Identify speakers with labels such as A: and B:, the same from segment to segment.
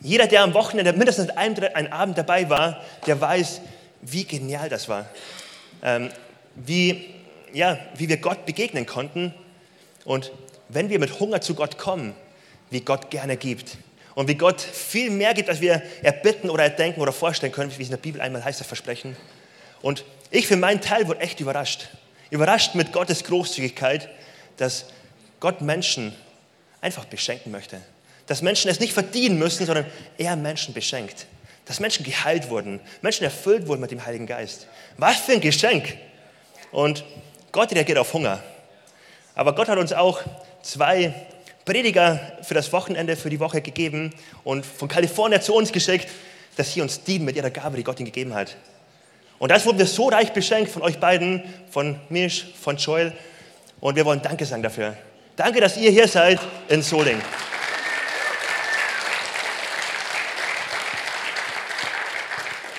A: Jeder, der am Wochenende mindestens einen, einen Abend dabei war, der weiß, wie genial das war. Ähm, wie, ja, wie wir Gott begegnen konnten und wenn wir mit Hunger zu Gott kommen, wie Gott gerne gibt und wie Gott viel mehr gibt, als wir erbitten oder erdenken oder vorstellen können, wie es in der Bibel einmal heißt, das Versprechen. Und ich für meinen Teil wurde echt überrascht. Überrascht mit Gottes Großzügigkeit, dass Gott Menschen einfach beschenken möchte. Dass Menschen es nicht verdienen müssen, sondern er Menschen beschenkt. Dass Menschen geheilt wurden, Menschen erfüllt wurden mit dem Heiligen Geist. Was für ein Geschenk! Und Gott reagiert auf Hunger. Aber Gott hat uns auch zwei Prediger für das Wochenende, für die Woche gegeben und von Kalifornien zu uns geschickt, dass sie uns dienen mit ihrer Gabe, die Gott ihnen gegeben hat. Und das wurden wir so reich beschenkt von euch beiden, von Misch, von Joel. Und wir wollen Danke sagen dafür. Danke, dass ihr hier seid in Soling.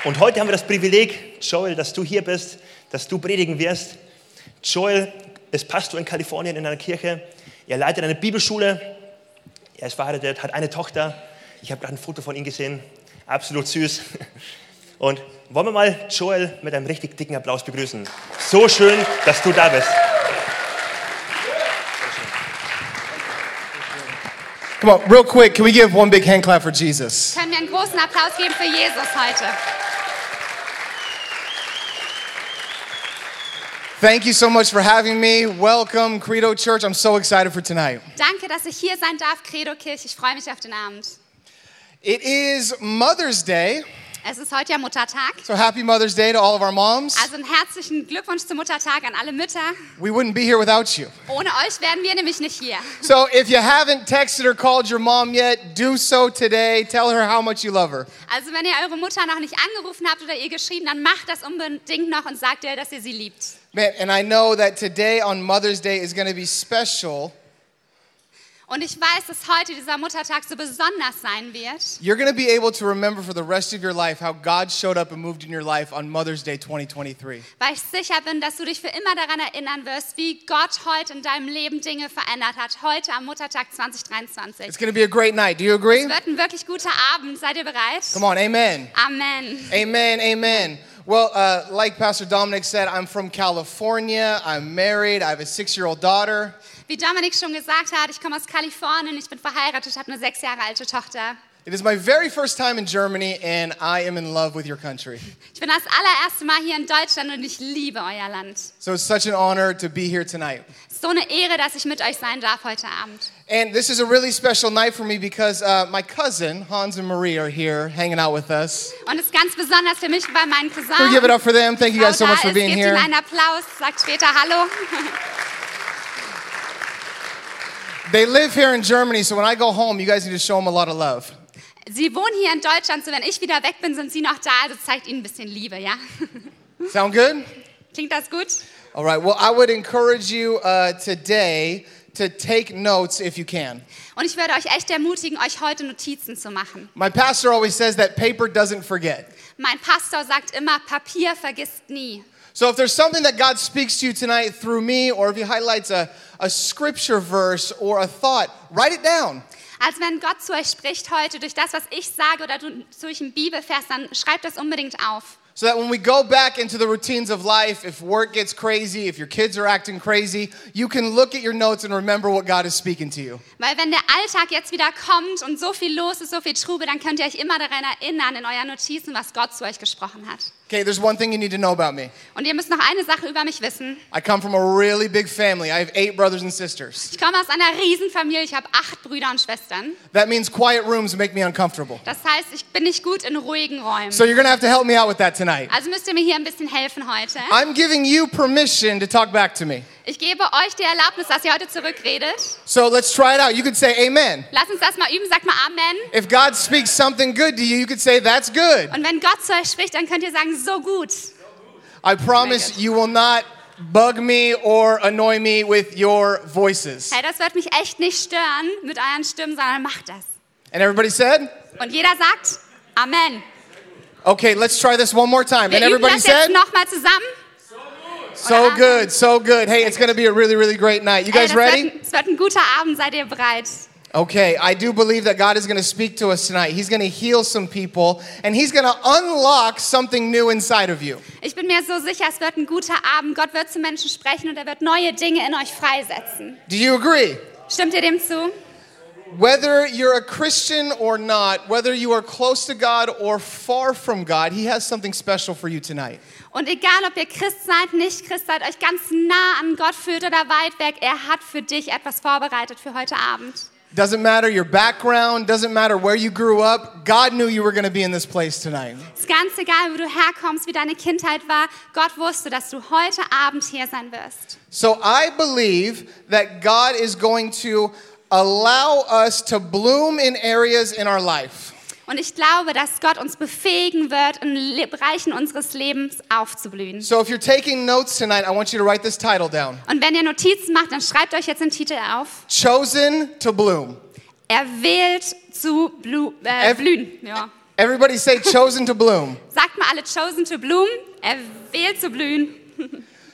A: Und heute haben wir das Privileg, Joel, dass du hier bist, dass du predigen wirst. Joel ist Pastor in Kalifornien in einer Kirche. Er leitet eine Bibelschule. Er ist verheiratet, hat eine Tochter. Ich habe gerade ein Foto von ihm gesehen. Absolut süß. Und wollen wir mal Joel mit einem richtig dicken Applaus begrüßen. So schön, dass du da bist.
B: Come on, real quick, can we give one big hand clap for Jesus?
C: Können wir einen großen Applaus geben für Jesus heute?
B: Thank you so much for having me. Welcome, Credo Church. I'm so excited for tonight.
C: Danke, dass ich hier sein darf, Credo Kirche. Ich freue mich auf den Abend.
B: It is Mother's Day,
C: Es ist heute ja Muttertag.
B: so happy Mother's Day to all of our moms.
C: Also einen herzlichen Glückwunsch zum Muttertag an alle Mütter.
B: We wouldn't be here without you.
C: Ohne euch wären wir nämlich nicht hier.
B: So if you haven't texted or called your mom yet, do so today. Tell her how much you love her.
C: Also wenn ihr eure Mutter noch nicht angerufen habt oder ihr geschrieben, dann macht das unbedingt noch und sagt ihr, dass ihr sie liebt.
B: Man, and I know that today on Mother's Day is going to be special.
C: Und ich weiß, dass heute dieser Muttertag so besonders sein wird.
B: You're going to be able to remember for the rest of your life how God showed up and moved in your life on Mother's Day 2023.
C: weil ich sicher bin, dass du dich für immer daran erinnern wirst, wie Gott heute in deinem Leben Dinge verändert hat, heute am Muttertag 2023.
B: It's going to be a great night. Do you agree?
C: Es wird ein wirklich guter Abend. Seid ihr bereit?
B: Come on, amen.
C: Amen.
B: Amen, amen. Well, uh, like Pastor Dominic said, I'm from California. I'm married. I have a six year old daughter.
C: Wie Dominik schon gesagt hat, ich komme aus Kalifornien, ich bin verheiratet, habe eine sechs Jahre alte Tochter.
B: It is my very first time in Germany, and I am in love with your country.
C: Ich bin das allererste Mal hier in Deutschland und ich liebe euer Land.
B: So it's such an honor to be here tonight.
C: Es ist so eine Ehre, dass ich mit euch sein darf heute Abend.
B: And this is a really special night for me because uh, my cousin, Hans and Marie, are here hanging out with us.
C: Und es ist ganz besonders für mich bei meinen Cousins.
B: Can we give it up for them? Thank you guys so much for
C: Frau da ist,
B: being
C: gebt
B: here.
C: ihnen einen Applaus, sagt später Hallo.
B: They live here in Germany, so when I go home, you guys need to show them a lot of love.
C: Sie wohnen hier in Deutschland, so wenn ich wieder weg bin, sind Sie noch da, also zeigt Ihnen ein bisschen Liebe, ja?
B: Sound good?
C: Klingt das gut?
B: All right. Well, I would encourage you uh, today to take notes if you can.
C: Und ich würde euch echt ermutigen, euch heute Notizen zu machen.
B: My pastor always says that paper doesn't forget.
C: Mein Pastor sagt immer, Papier vergisst nie.
B: So if there's something that God speaks to you tonight through me, or if He highlights a, a scripture verse or a thought, write it down.
C: Also wenn Gott zu euch spricht heute durch das, was ich sage oder du- durch einen Bibelvers, dann schreibt das unbedingt auf.
B: So that when we go back into the routines of life, if work gets crazy, if your kids are acting crazy, you can look at your notes and remember what God is speaking to you.
C: Weil wenn der Alltag jetzt wieder kommt und so viel los ist, so viel Trubel, dann könnt ihr euch immer daran erinnern, in euren Notizen, was Gott zu euch gesprochen hat.
B: Okay, there's one thing you need to know about me.
C: Und ihr müsst noch eine Sache über mich wissen.
B: I come from a really big family. I have eight brothers and sisters.
C: Ich komme aus einer Riesenfamilie, ich habe acht Brüder und Schwestern.
B: That means quiet rooms make me uncomfortable.
C: Das heißt, ich bin nicht gut in ruhigen Räumen.
B: So you're gonna have to help me out with that tonight.
C: Also müsst ihr mir hier ein bisschen helfen heute.
B: I'm giving you permission to talk back to me.
C: Ich gebe euch die Erlaubnis, dass ihr heute zurückredet.
B: So let's try it out. You could say amen.
C: Lasst uns das mal üben. Sagt mal Amen.
B: If God speaks something good to you, you could say that's good.
C: Und wenn Gott zu euch spricht, dann könnt ihr sagen, so gut.
B: I promise you will not bug me or annoy me with your voices.
C: Hey, das wird mich echt nicht stören mit euren Stimmen, sondern macht das.
B: And everybody said?
C: Und jeder sagt Amen.
B: Okay, let's try this one more time.
C: Wir
B: And
C: üben
B: everybody
C: das jetzt
B: said?
C: nochmal zusammen.
B: So good, so good. Hey, it's gonna be a really, really great night. You
C: Hey,
B: guys
C: das wird
B: ready?
C: ein- es wird ein guter Abend. Seid ihr bereit?
B: Okay, I do believe that God is going to speak to us tonight. He's going to heal some people and he's going to unlock something new inside of you.
C: Ich bin mir so sicher, es wird ein guter Abend. Gott wird zu Menschen sprechen und er wird neue Dinge in euch freisetzen.
B: Do you agree?
C: Stimmt ihr dem zu?
B: Whether you're a Christian or not, whether you are close to God or far from God, he has something special for you tonight.
C: Und egal, ob ihr Christ seid, nicht Christ seid, euch ganz nah an Gott fühlt oder weit weg, er hat für dich etwas vorbereitet für heute Abend.
B: Doesn't matter your background, doesn't matter where you grew up, God knew you were going to be in this place tonight.
C: Es ist ganz egal, wo du herkommst, wie deine Kindheit war, Gott wusste, dass du heute Abend hier sein wirst.
B: So I believe that God is going to allow us to bloom in areas in our life.
C: Und ich glaube, dass Gott uns befähigen wird, in Le Bereichen unseres Lebens aufzublühen.
B: So if you're taking notes tonight, I want you to write this title down
C: Und wenn ihr Notizen macht, dann schreibt euch jetzt den Titel auf.
B: Chosen to Bloom.
C: Er wählt zu blu äh,
B: Ev-
C: blühen. Ja.
B: Everybody say Chosen to Bloom.
C: Sagt mal alle chosen to bloom. Er wählt zu blühen.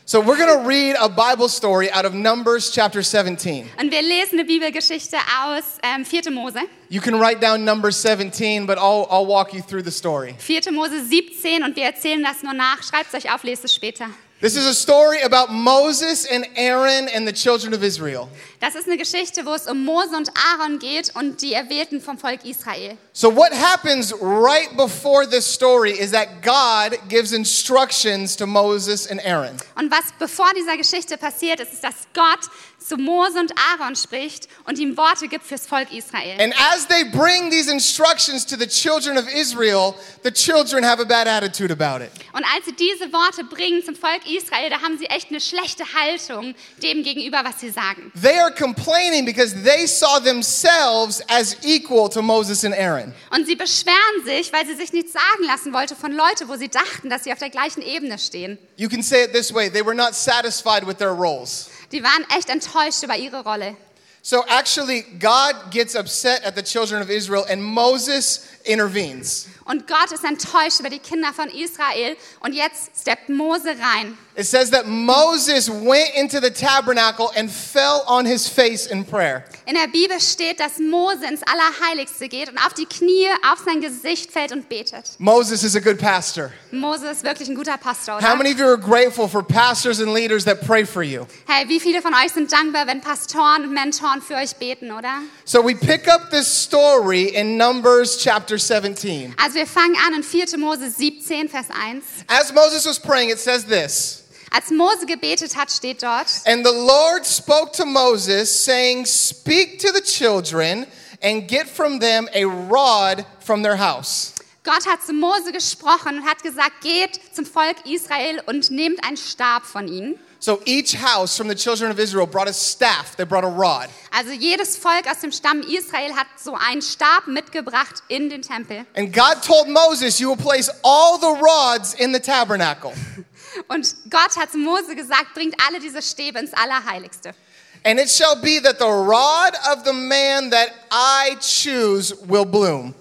B: So we're going to read a Bible story out of Numbers chapter 17.
C: Und wir lesen eine Bibelgeschichte aus ähm, 4. Mose.
B: You can write down number 17, but I'll, I'll walk you through the story.
C: 4. Mose 17 und wir erzählen das nur nach. Schreibt es euch auf, lest es später.
B: This is a story about Moses and Aaron and the children of Israel.
C: Das ist eine Geschichte, wo es um Mose und Aaron geht und die Erwählten vom Volk Israel.
B: So, what happens right before this story is that God gives instructions to Moses and Aaron.
C: Und was bevor dieser Geschichte passiert ist, ist, dass Gott zu Mose und Aaron spricht und ihm Worte gibt fürs Volk Israel.
B: And as they bring these instructions to the children of Israel, the children have a bad attitude about it.
C: Und als sie diese Worte bringen zum Volk Israel, da haben sie echt eine schlechte Haltung dem gegenüber, was sie sagen.
B: They are complaining because they saw themselves as equal to Moses and Aaron.
C: Und sie beschweren sich, weil sie sich nichts sagen lassen wollte von Leuten, wo sie dachten, dass sie auf der gleichen Ebene stehen.
B: You can say it this way they were not satisfied with their roles.
C: Die waren echt enttäuscht über ihre Rolle.
B: So actually, God gets upset at the children of Israel and Moses intervenes.
C: Und Gott ist enttäuscht über die Kinder von Israel. Und jetzt steppt Mose rein.
B: It says that Moses went into the tabernacle and fell on his face in prayer.
C: In der Bibel steht, dass Mose ins Allerheiligste geht und auf die Knie, auf sein Gesicht fällt und betet.
B: Moses is a good pastor.
C: Mose ist wirklich ein guter Pastor,
B: How
C: oder?
B: many of you are grateful for pastors and leaders that pray for you?
C: Hey, wie viele von euch sind dankbar, wenn Pastoren und Mentoren für euch beten, oder?
B: So we pick up this story in Numbers chapter 17.
C: Also wir fangen an in 4. Mose 17, Vers 1.
B: As Moses was praying, it says this.
C: Als Mose gebetet hat, steht dort,
B: And the Lord spoke to Moses, saying, Speak to the children and get from them a rod from their house.
C: Gott hat zu Mose gesprochen und hat gesagt, geht zum Volk Israel und nehmt einen Stab von ihnen.
B: So each house from the children of Israel brought a staff, they brought a rod.
C: Also jedes Volk aus dem Stamm Israel hat so einen Stab mitgebracht in den Tempel.
B: And God told Moses, You will place all the rods in the tabernacle.
C: Und Gott hat zu Mose gesagt, bringt alle diese Stäbe ins Allerheiligste.
B: And it shall be that the rod of the man that I choose will bloom.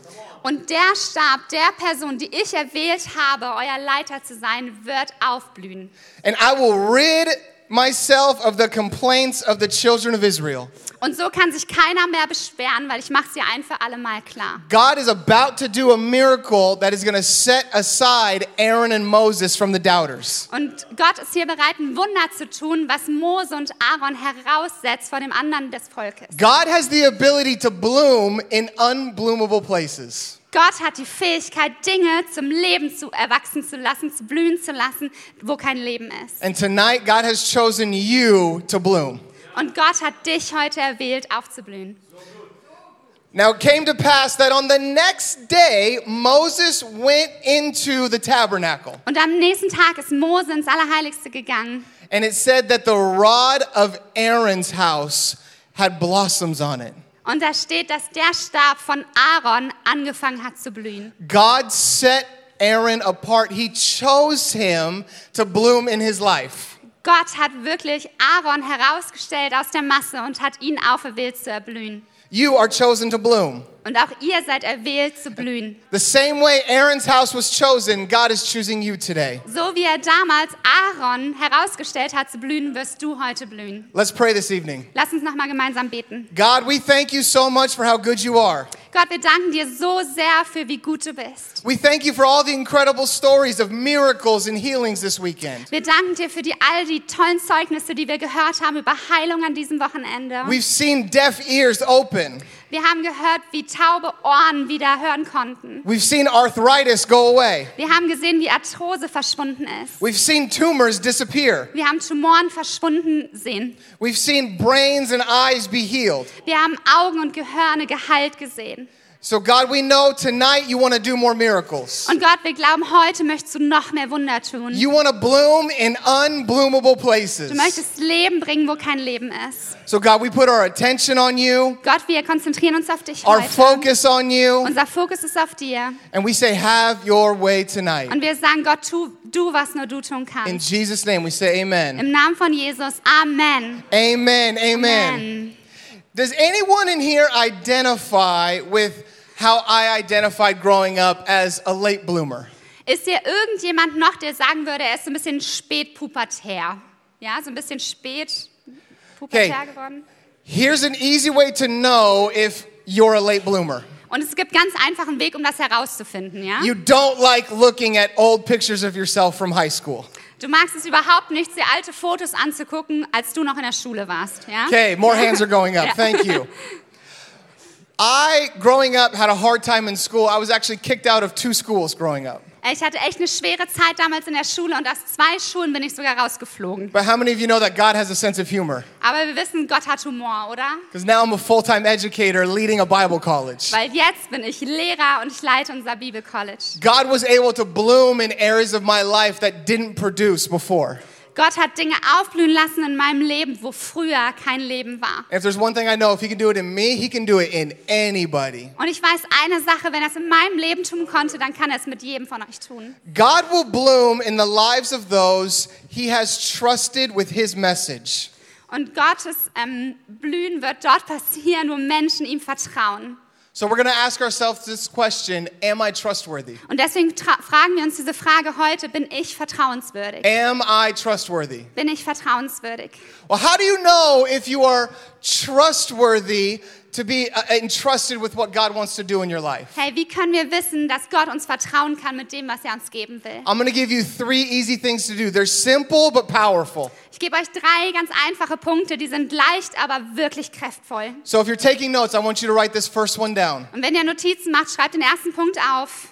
C: Und der Stab der Person, die ich erwählt habe, euer Leiter zu sein, wird aufblühen.
B: And I will rid myself of the complaints of the children of Israel.
C: Und so kann sich keiner mehr beschweren, weil ich mache es dir ein für alle Mal klar.
B: God is about to do a miracle that is going to set aside Aaron and Moses from the doubters.
C: Und Gott ist hier bereit, ein Wunder zu tun, was Mose und Aaron heraussetzt vor dem anderen des Volkes.
B: God has the ability to bloom in unbloomable places.
C: Gott hat die Fähigkeit, Dinge zum Leben zu erwachsen zu lassen, zu blühen zu lassen, wo kein Leben ist.
B: And tonight, God has chosen you to bloom.
C: Und Gott hat dich heute erwählt, aufzublühen.
B: Now, it came to pass that on the next day, Moses went into the tabernacle.
C: Und am nächsten Tag ist Mose ins Allerheiligste gegangen.
B: And it said that the rod of Aaron's house had blossoms on it.
C: Und da steht, dass der Stab von Aaron angefangen hat zu blühen.
B: God set Aaron apart, He chose him to bloom in his life.
C: Gott hat wirklich Aaron herausgestellt aus der Masse und hat ihn auferwählt zu erblühen.
B: You are chosen to bloom.
C: Und auch ihr seid erwählt zu blühen.
B: The same way Aaron's house was chosen, God is choosing you today.
C: So wie er damals Aaron herausgestellt hat zu blühen, wirst du heute blühen.
B: Let's pray this evening.
C: Lass uns nochmal gemeinsam beten.
B: God, we thank you so much for how good you are.
C: Gott, wir danken dir so sehr für wie gut du bist.
B: We thank you for all the incredible stories of miracles and healings this weekend.
C: Wir danken dir für die, all die tollen Zeugnisse, die wir gehört haben über Heilung an diesem Wochenende.
B: We've seen deaf ears open.
C: Wir haben gehört, wie taube Ohren wieder hören konnten.
B: We've seen arthritis go away.
C: Wir haben gesehen, wie Arthrose verschwunden ist.
B: We've seen tumors disappear.
C: Wir haben Tumoren verschwunden sehen.
B: We've seen brains and eyes be healed.
C: Wir haben Augen und Gehirne geheilt gesehen.
B: So, God, we know tonight you want to do more miracles.
C: Und Gott, wir glauben, heute möchtest du noch mehr Wunder tun.
B: You want to bloom in unbloomable
C: Du
B: places.
C: möchtest Leben bringen, wo kein Leben ist.
B: So, God, we put our attention on you,
C: Gott, wir konzentrieren uns auf dich
B: our
C: heute.
B: focus on you,
C: Unser Fokus ist auf dir.
B: and we say, Have your way tonight.
C: Und wir sagen, Gott, tu du, was nur du tun
B: In
C: kannst.
B: Jesus' name, we say, Amen.
C: Im Namen von Jesus. Amen.
B: Amen. Amen.
C: Amen.
B: Does anyone in here identify with how I identified growing up as a late bloomer?
C: Ist hier irgendjemand noch, der sagen würde, er ist so ein bisschen spätpubertär? Ja, so ein bisschen spät pubertär
B: Okay.
C: geworden.
B: Here's an easy way to know if you're a late bloomer.
C: Und es gibt ganz einfachen Weg, um das herauszufinden, ja?
B: You don't like looking at old pictures of yourself from high school.
C: Du magst es überhaupt nicht, dir alte Fotos anzugucken, als du noch in der Schule warst, ja?
B: Okay, more hands are going
C: Yeah.
B: up. Thank you. I, growing up, had a hard time in school. I was actually kicked out of two schools growing up.
C: Ich hatte echt eine schwere Zeit damals in der Schule und aus zwei Schulen bin ich sogar rausgeflogen.
B: But how many of you know that God has a sense of humor?
C: Aber wir wissen, Gott hat Humor, oder?
B: Because now I'm a full time educator leading a Bible college.
C: Weil jetzt bin ich Lehrer und ich leite unser Bibelcollege.
B: God was able to bloom in areas of my life that didn't produce before.
C: Gott hat Dinge aufblühen lassen in meinem Leben, wo früher kein Leben war.
B: If there's one thing I know, if He can do it in me, He can do it in anybody.
C: Und ich weiß eine Sache, wenn er es in meinem Leben tun konnte, dann kann er es mit jedem von euch tun.
B: God will bloom in the lives of those He has trusted with His message.
C: Und Gottes ähm, Blühen wird dort passieren, wo Menschen ihm vertrauen.
B: So we're going to ask ourselves this question Am I trustworthy?
C: Und deswegen tra- fragen wir uns diese Frage heute, bin ich vertrauenswürdig?
B: Am I trustworthy?
C: Bin ich vertrauenswürdig?
B: Well, how do you know if you are trustworthy to be uh, entrusted with what God wants to do in your life?
C: Hey, wie können wir wissen, dass Gott uns vertrauen kann mit dem, was er uns geben will?
B: I'm going to give you three easy things to do. They're simple but powerful.
C: Ich gebe euch drei ganz einfache Punkte, die sind leicht, aber wirklich kräftvoll.
B: So if you're taking notes, I want you to write this first one down.
C: Und wenn ihr Notizen macht, schreibt den ersten Punkt auf.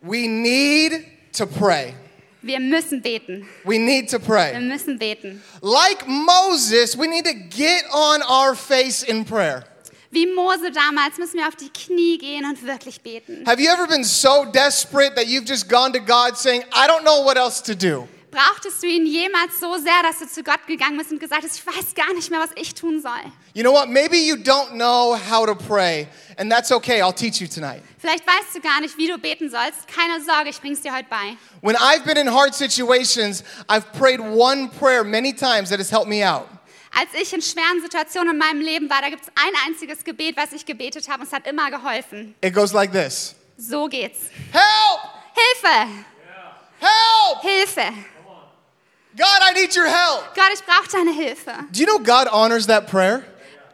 B: We need to pray.
C: Wir müssen beten.
B: We need to
C: Wir
B: pray.
C: müssen beten.
B: Like Moses, we need to get on our face in prayer.
C: Wie Mose damals müssen wir auf die Knie gehen und wirklich beten.
B: Have you ever been so desperate that you've just gone to God saying, I don't know what else to do?
C: Brauchtest du ihn jemals so sehr, dass du zu Gott gegangen bist und gesagt hast, ich weiß gar nicht mehr, was ich tun soll?
B: You know what? Maybe you don't know how to pray, and that's okay. I'll teach you tonight.
C: Vielleicht weißt du gar nicht, wie du beten sollst. Keine Sorge, ich bring's dir heute bei.
B: When I've been in hard situations, I've prayed one prayer many times that has helped me out.
C: Als ich in schweren Situationen in meinem Leben war, da gibt's ein einziges Gebet, was ich gebetet habe und es hat immer geholfen.
B: It goes like this
C: So geht's.
B: Help!
C: Hilfe!
B: Help!
C: Hilfe!
B: God, I need your help!
C: Gott, ich brauche deine Hilfe.
B: Do you know God honors that prayer?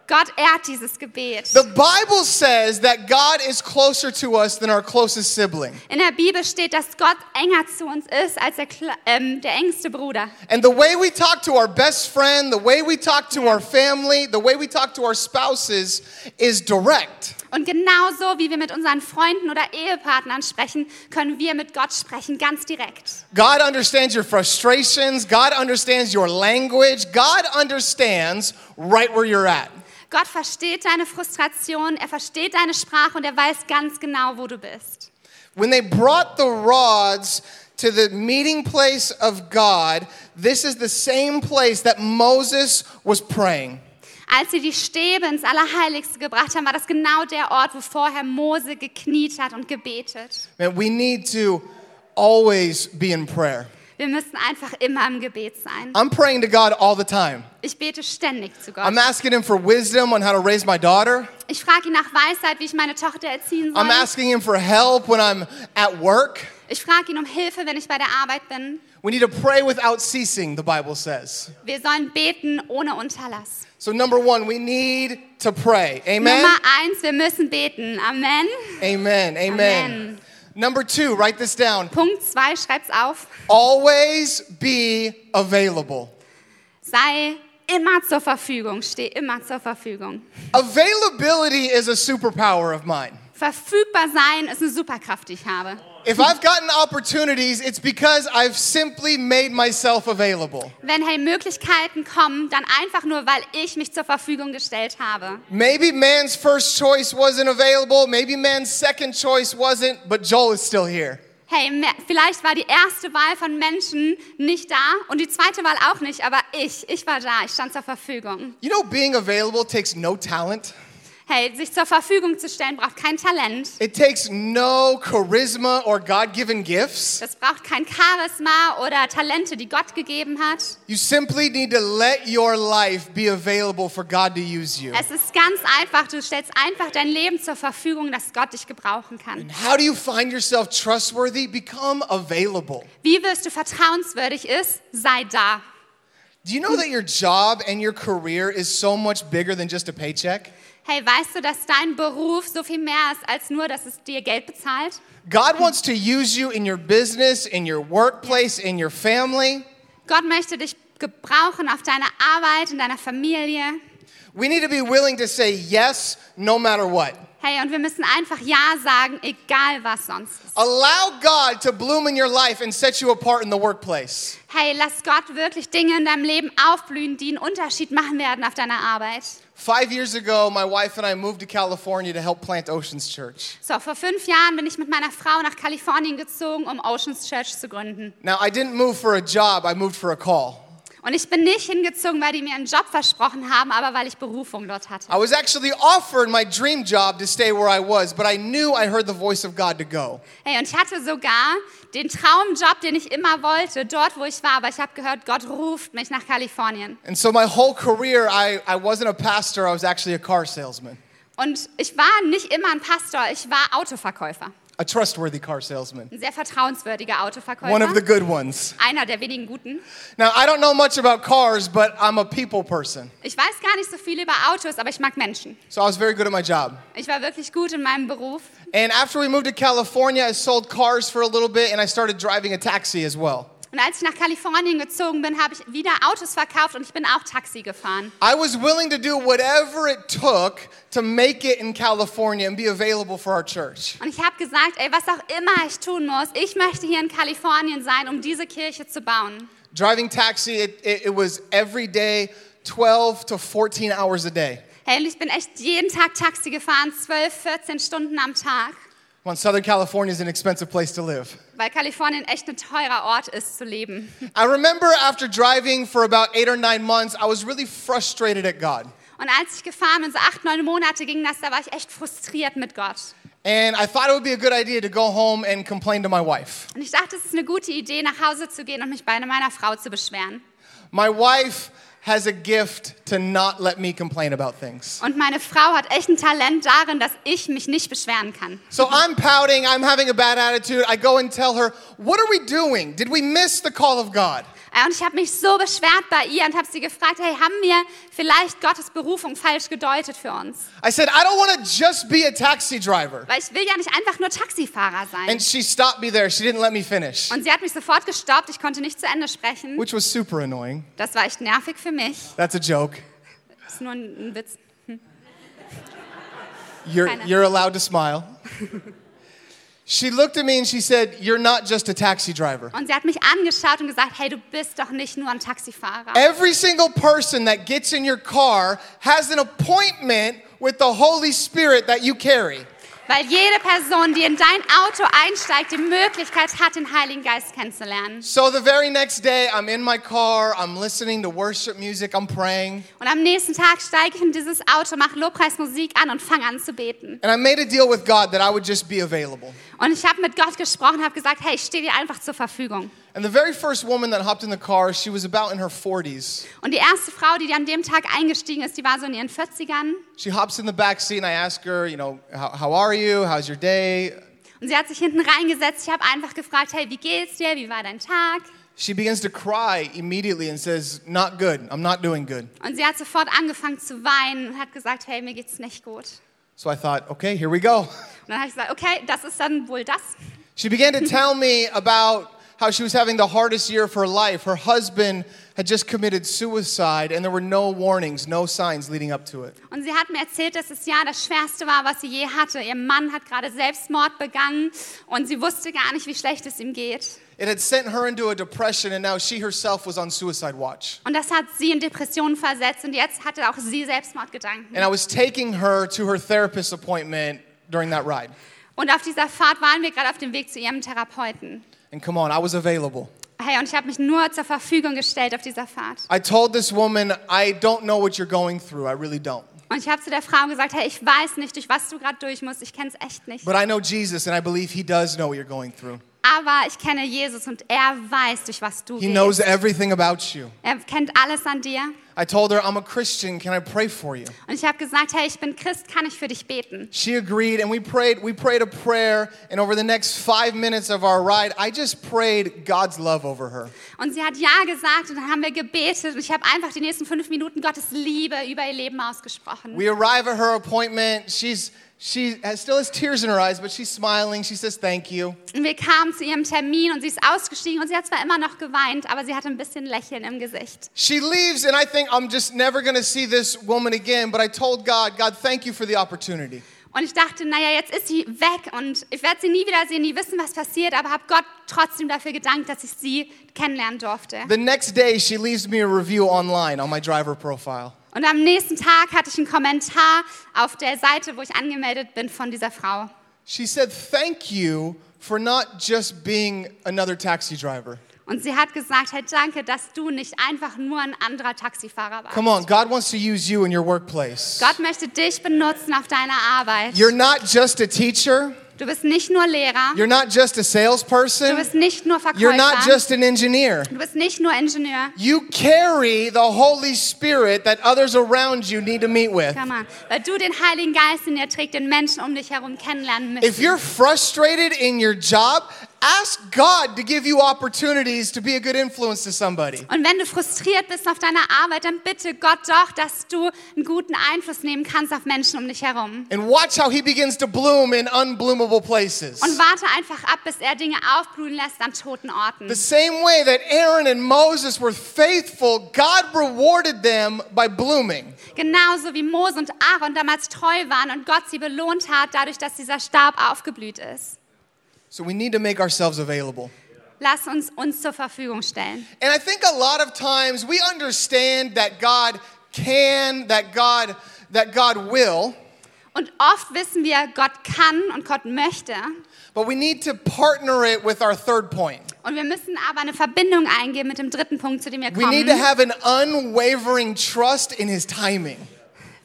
C: Gott ehrt dieses Gebet.
B: The Bible says that God is closer to us than our closest sibling.
C: In der Bibel steht, dass Gott enger zu uns ist als der, Kle- ähm, der engste Bruder.
B: And the way we talk to our best friend, the way we talk to our family, the way we talk to our spouses is direct.
C: Und genauso wie wir mit unseren Freunden oder Ehepartnern sprechen, können wir mit Gott sprechen, ganz direkt.
B: God understands your frustrations, God understands your language, God understands right where you're at.
C: Gott versteht deine Frustration, er versteht deine Sprache und er weiß ganz genau, wo du bist.
B: When they brought the rods to the meeting place of God, this is the same place that Moses was praying.
C: Als sie die Stäbe ins Allerheiligste gebracht haben, war das genau der Ort, wo vorher Mose gekniet hat und gebetet.
B: Man, we need to always be in prayer.
C: Wir Wir müssen einfach immer im Gebet sein.
B: I'm praying to God all the time.
C: Ich bete ständig zu Gott.
B: I'm asking Him for wisdom on how to raise my daughter.
C: Ich frage ihn nach Weisheit, wie ich meine Tochter erziehen
B: I'm
C: soll.
B: asking Him for help when I'm at work.
C: Ich frage ihn um Hilfe, wenn ich bei der Arbeit bin.
B: We need to pray without ceasing, the Bible says.
C: Wir sollen beten ohne Unterlass.
B: So, number one, we need to pray. Amen.
C: Nummer eins, wir müssen beten. Amen.
B: Amen. Amen.
C: Amen.
B: Number two, write this down.
C: Punkt zwei, schreib's auf.
B: Always be available.
C: Sei immer zur Verfügung. Steh immer zur Verfügung.
B: Availability is a superpower of mine.
C: Verfügbar sein ist eine Superkraft, die ich habe.
B: If I've gotten opportunities, it's because I've simply made myself available.
C: Wenn hey Möglichkeiten kommen, dann einfach nur, weil ich mich zur Verfügung gestellt habe.
B: Maybe man's first choice wasn't available, maybe man's second choice wasn't, but Joel is still here.
C: Hey, me- vielleicht war die erste Wahl von Menschen nicht da und die zweite Wahl auch nicht, aber ich, ich war da, ich stand zur Verfügung.
B: You know, being available takes no talent,
C: Hey, sich zur Verfügung zu stellen braucht kein Talent.
B: it takes no charisma or God given gifts.
C: Das braucht kein Charisma oder Talente, die Gott gegeben hat.
B: You simply need to let your life be available for God to use you.
C: Es ist ganz einfach, du stellst einfach dein Leben zur Verfügung, dass Gott dich gebrauchen kann.
B: How do you find yourself trustworthy? Become available.
C: Wie wirst du vertrauenswürdig ist, sei da.
B: Do you know that your job and your career is so much bigger than just a paycheck?
C: Hey, weißt du, dass dein Beruf so viel mehr ist als nur, dass es dir Geld bezahlt?
B: God wants to use you in your business, in your workplace, in your family.
C: Gott möchte dich gebrauchen auf deiner Arbeit, in deiner Familie.
B: We need to be willing to say yes no matter what.
C: Hey, und wir müssen einfach Ja sagen, egal was sonst ist.
B: Allow God to bloom in your life and set you apart in the workplace.
C: Hey, lass Gott wirklich Dinge in deinem Leben aufblühen, die einen Unterschied machen werden auf deiner Arbeit.
B: Five years ago, my wife and I moved to California to help plant Oceans Church.
C: So, vor fünf Jahren bin ich mit meiner Frau nach Kalifornien gezogen, um Oceans Church zu gründen.
B: Now, I didn't move for a job, I moved for a call.
C: Und ich bin nicht hingezogen, weil die mir einen Job versprochen haben, aber weil ich Berufung dort hatte.
B: I was actually offered my dream job to stay where I was, but I knew I heard the voice of God to go.
C: Hey, und ich hatte sogar den Traumjob, den ich immer wollte, dort, wo ich war. Aber ich habe gehört, Gott ruft mich nach Kalifornien.
B: And so my whole career, I, I wasn't a pastor, I was actually a car salesman,
C: Und ich war nicht immer ein Pastor, ich war Autoverkäufer.
B: a trustworthy car salesman,
C: Ein sehr vertrauenswürdiger
B: one of the
C: Autoverkäufer.
B: good ones.
C: Einer der wenigen guten.
B: Now, I don't know much about cars, but I'm a people person.
C: Ich weiß gar nicht so viel über Autos, aber ich mag Menschen.
B: So I was very good at my job.
C: Ich war wirklich gut in meinem Beruf.
B: And after we moved to California, I sold cars for a little bit and I started driving a taxi as well.
C: Und als ich nach Kalifornien gezogen bin, habe ich wieder Autos verkauft und ich bin auch Taxi gefahren.
B: I was willing to do whatever it took to make it in California and be available for our church.
C: Und ich habe gesagt, ey, was auch immer ich tun muss, ich möchte hier in Kalifornien sein, um diese Kirche zu bauen.
B: Driving taxi, it, it, it was every day, 12 to 14 hours a day.
C: Hey, und ich bin echt jeden Tag Taxi gefahren, 12, 14 Stunden am Tag,
B: Come on, Southern California is an expensive place to live.
C: weil Kalifornien echt ein teurer Ort ist zu leben.
B: I remember after driving for about eight or nine months, I was really frustrated at God.
C: Und als ich gefahren bin, so acht, neun Monate ging das, da war ich echt frustriert mit Gott.
B: And I thought it would be a good idea to go home and complain to my wife.
C: Und ich dachte, es ist eine gute Idee, nach Hause zu gehen und mich bei meiner Frau zu beschweren.
B: My wife has a gift to not let me complain about things.
C: Und meine Frau hat echt ein Talent darin, dass ich mich nicht beschweren kann.
B: So I'm pouting, I'm having a bad attitude. I go and tell her, What are we doing? Did we miss the call of God?
C: Äh, Und ich habe mich so beschwert bei ihr und habe sie gefragt, hey, haben wir vielleicht Gottes Berufung falsch gedeutet für uns?
B: I said, I don't want to just be a taxi driver.
C: Weil ich will ja nicht einfach nur Taxifahrer sein.
B: And she stopped me there. She didn't let me finish,
C: Und sie hat mich sofort gestoppt, ich konnte nicht zu Ende sprechen.
B: which was super annoying.
C: Das war echt nervig für mich.
B: That's a joke.
C: Ist nur ein ein Witz.
B: You're,
C: Kinda.
B: you're allowed to smile. she looked at me and she said, You're not just a taxi driver.
C: Und sie hat mich angeschaut und gesagt, hey, du bist doch nicht nur ein Taxifahrer.
B: Every single person that gets in your car has an appointment with the Holy Spirit that you carry.
C: Weil jede Person, die in dein Auto einsteigt, die Möglichkeit hat, den Heiligen Geist kennenzulernen.
B: So the very next day, I'm in my car, I'm listening to worship music, I'm praying,
C: Und am nächsten Tag steige ich in dieses Auto, mache Lobpreismusik an und fange an zu beten.
B: and I made a deal with God that I would just be available.
C: Und ich habe mit Gott gesprochen, habe gesagt, hey, ich stehe dir einfach zur Verfügung.
B: And the very first woman that hopped in the car, she was about in her 40s.
C: Und die erste Frau, die an dem Tag eingestiegen ist, die war so in ihren 40ern.
B: She hops in the back seat, and I ask her, you know, how, how are you? How's your day?
C: Und sie hat sich hinten reingesetzt. Ich habe einfach gefragt, hey, wie geht's dir? Wie war dein Tag?
B: She begins to cry immediately and says, Not good. I'm not doing good.
C: Und sie hat sofort angefangen zu weinen und hat gesagt, hey, mir geht's nicht gut.
B: So I thought, okay, here we go.
C: Und dann habe ich gesagt, okay, das ist dann wohl das.
B: She began to tell me about how she was having the hardest year of her life. Her husband had just committed suicide, and there were no warnings, no signs leading up to it.
C: Und sie hat mir erzählt, dass das Jahr das schwerste war, was sie je hatte. Ihr Mann hat gerade Selbstmord begangen und sie wusste gar nicht, wie schlecht es ihm geht.
B: It had sent her into a depression, and now she herself was on suicide watch.
C: Und das hat sie in Depressionen versetzt und jetzt hatte auch sie Selbstmordgedanken.
B: And I was taking her to her therapist appointment during that ride.
C: Und auf dieser Fahrt waren wir gerade auf dem Weg zu ihrem Therapeuten.
B: And come on, I was available.
C: Hey, und ich habe mich nur zur Verfügung gestellt auf dieser Fahrt.
B: I told this woman, I don't know what you're going through. I really don't.
C: Und ich habe zu der Frau gesagt, hey, ich weiß nicht, durch was du gerade durch musst. Ich kenne es echt nicht.
B: But I know Jesus, and I believe He does know what you're going through.
C: Aber ich kenne Jesus und er weiß, durch was du
B: He knows
C: gehst.
B: everything about you.
C: Er kennt alles an dir.
B: I told her, I'm a Christian. Can I pray for you?
C: Und ich habe gesagt, hey, ich bin Christ, kann ich für dich beten?
B: She agreed, and we prayed. We prayed a prayer, and over the next five minutes of our ride, I just prayed God's love over her.
C: Und sie hat ja gesagt und dann haben wir gebetet und ich habe einfach die nächsten fünf Minuten Gottes Liebe über ihr Leben ausgesprochen.
B: We arrive at her appointment. She's she has, still has tears in her eyes, but she's smiling. She says, "Thank you."
C: Und wir kamen zu ihrem Termin und sie ist ausgestiegen und sie hat zwar immer noch geweint, aber sie hatte ein bisschen Lächeln im Gesicht.
B: She leaves, and I think I'm just never going to see this woman again. But I told God, God, thank you for the opportunity.
C: Und ich dachte, naja, jetzt ist sie weg und ich werde sie nie wiedersehen, nie wissen, was passiert, aber habe Gott trotzdem dafür gedankt, dass ich sie kennenlernen durfte.
B: The next day, she leaves me a review online on my driver profile.
C: Und am nächsten Tag hatte ich einen Kommentar auf der Seite, wo ich angemeldet bin von dieser Frau.
B: She said, "Thank you for not just being another taxi driver."
C: Und sie hat gesagt, hey, danke, dass du nicht einfach nur ein anderer Taxifahrer warst.
B: Come on, God wants to use you in your workplace.
C: Gott möchte dich benutzen auf deiner Arbeit.
B: You're not just a teacher.
C: Du bist nicht nur Lehrer,
B: You're not just a
C: du
B: salesperson.
C: bist nicht nur
B: You're not
C: Verkäufer,
B: just an engineer.
C: du bist nicht nur Ingenieur.
B: You carry the Holy Spirit that others around you need to meet with.
C: Come on. Weil du den Heiligen Geist in dir trägst, den Menschen um dich herum kennenlernen
B: If
C: müssen.
B: you're frustrated in your job, ask God to give you opportunities to be a good influence to somebody.
C: Und wenn du frustriert bist auf deiner Arbeit, dann bitte Gott doch, dass du einen guten Einfluss nehmen kannst auf Menschen um dich herum.
B: And watch how he begins to bloom in unbloomable places.
C: Und warte einfach ab, bis er Dinge aufblühen lässt an toten Orten.
B: The same way that Aaron and Moses were faithful, God rewarded them by blooming.
C: Genauso wie Mose und Aaron damals treu waren und Gott sie belohnt hat, dadurch, dass dieser Stab aufgeblüht ist.
B: So we need to make ourselves available.
C: Lass uns uns zur Verfügung stellen.
B: And I think a lot of times we understand that God can, that God that God will,
C: Und oft wissen wir, Gott kann und Gott möchte.
B: but we need to partner it with our third point.
C: Und wir müssen aber eine Verbindung eingehen mit dem dritten Punkt, zu dem wir
B: We need to
C: kommen.
B: have an unwavering trust in his timing.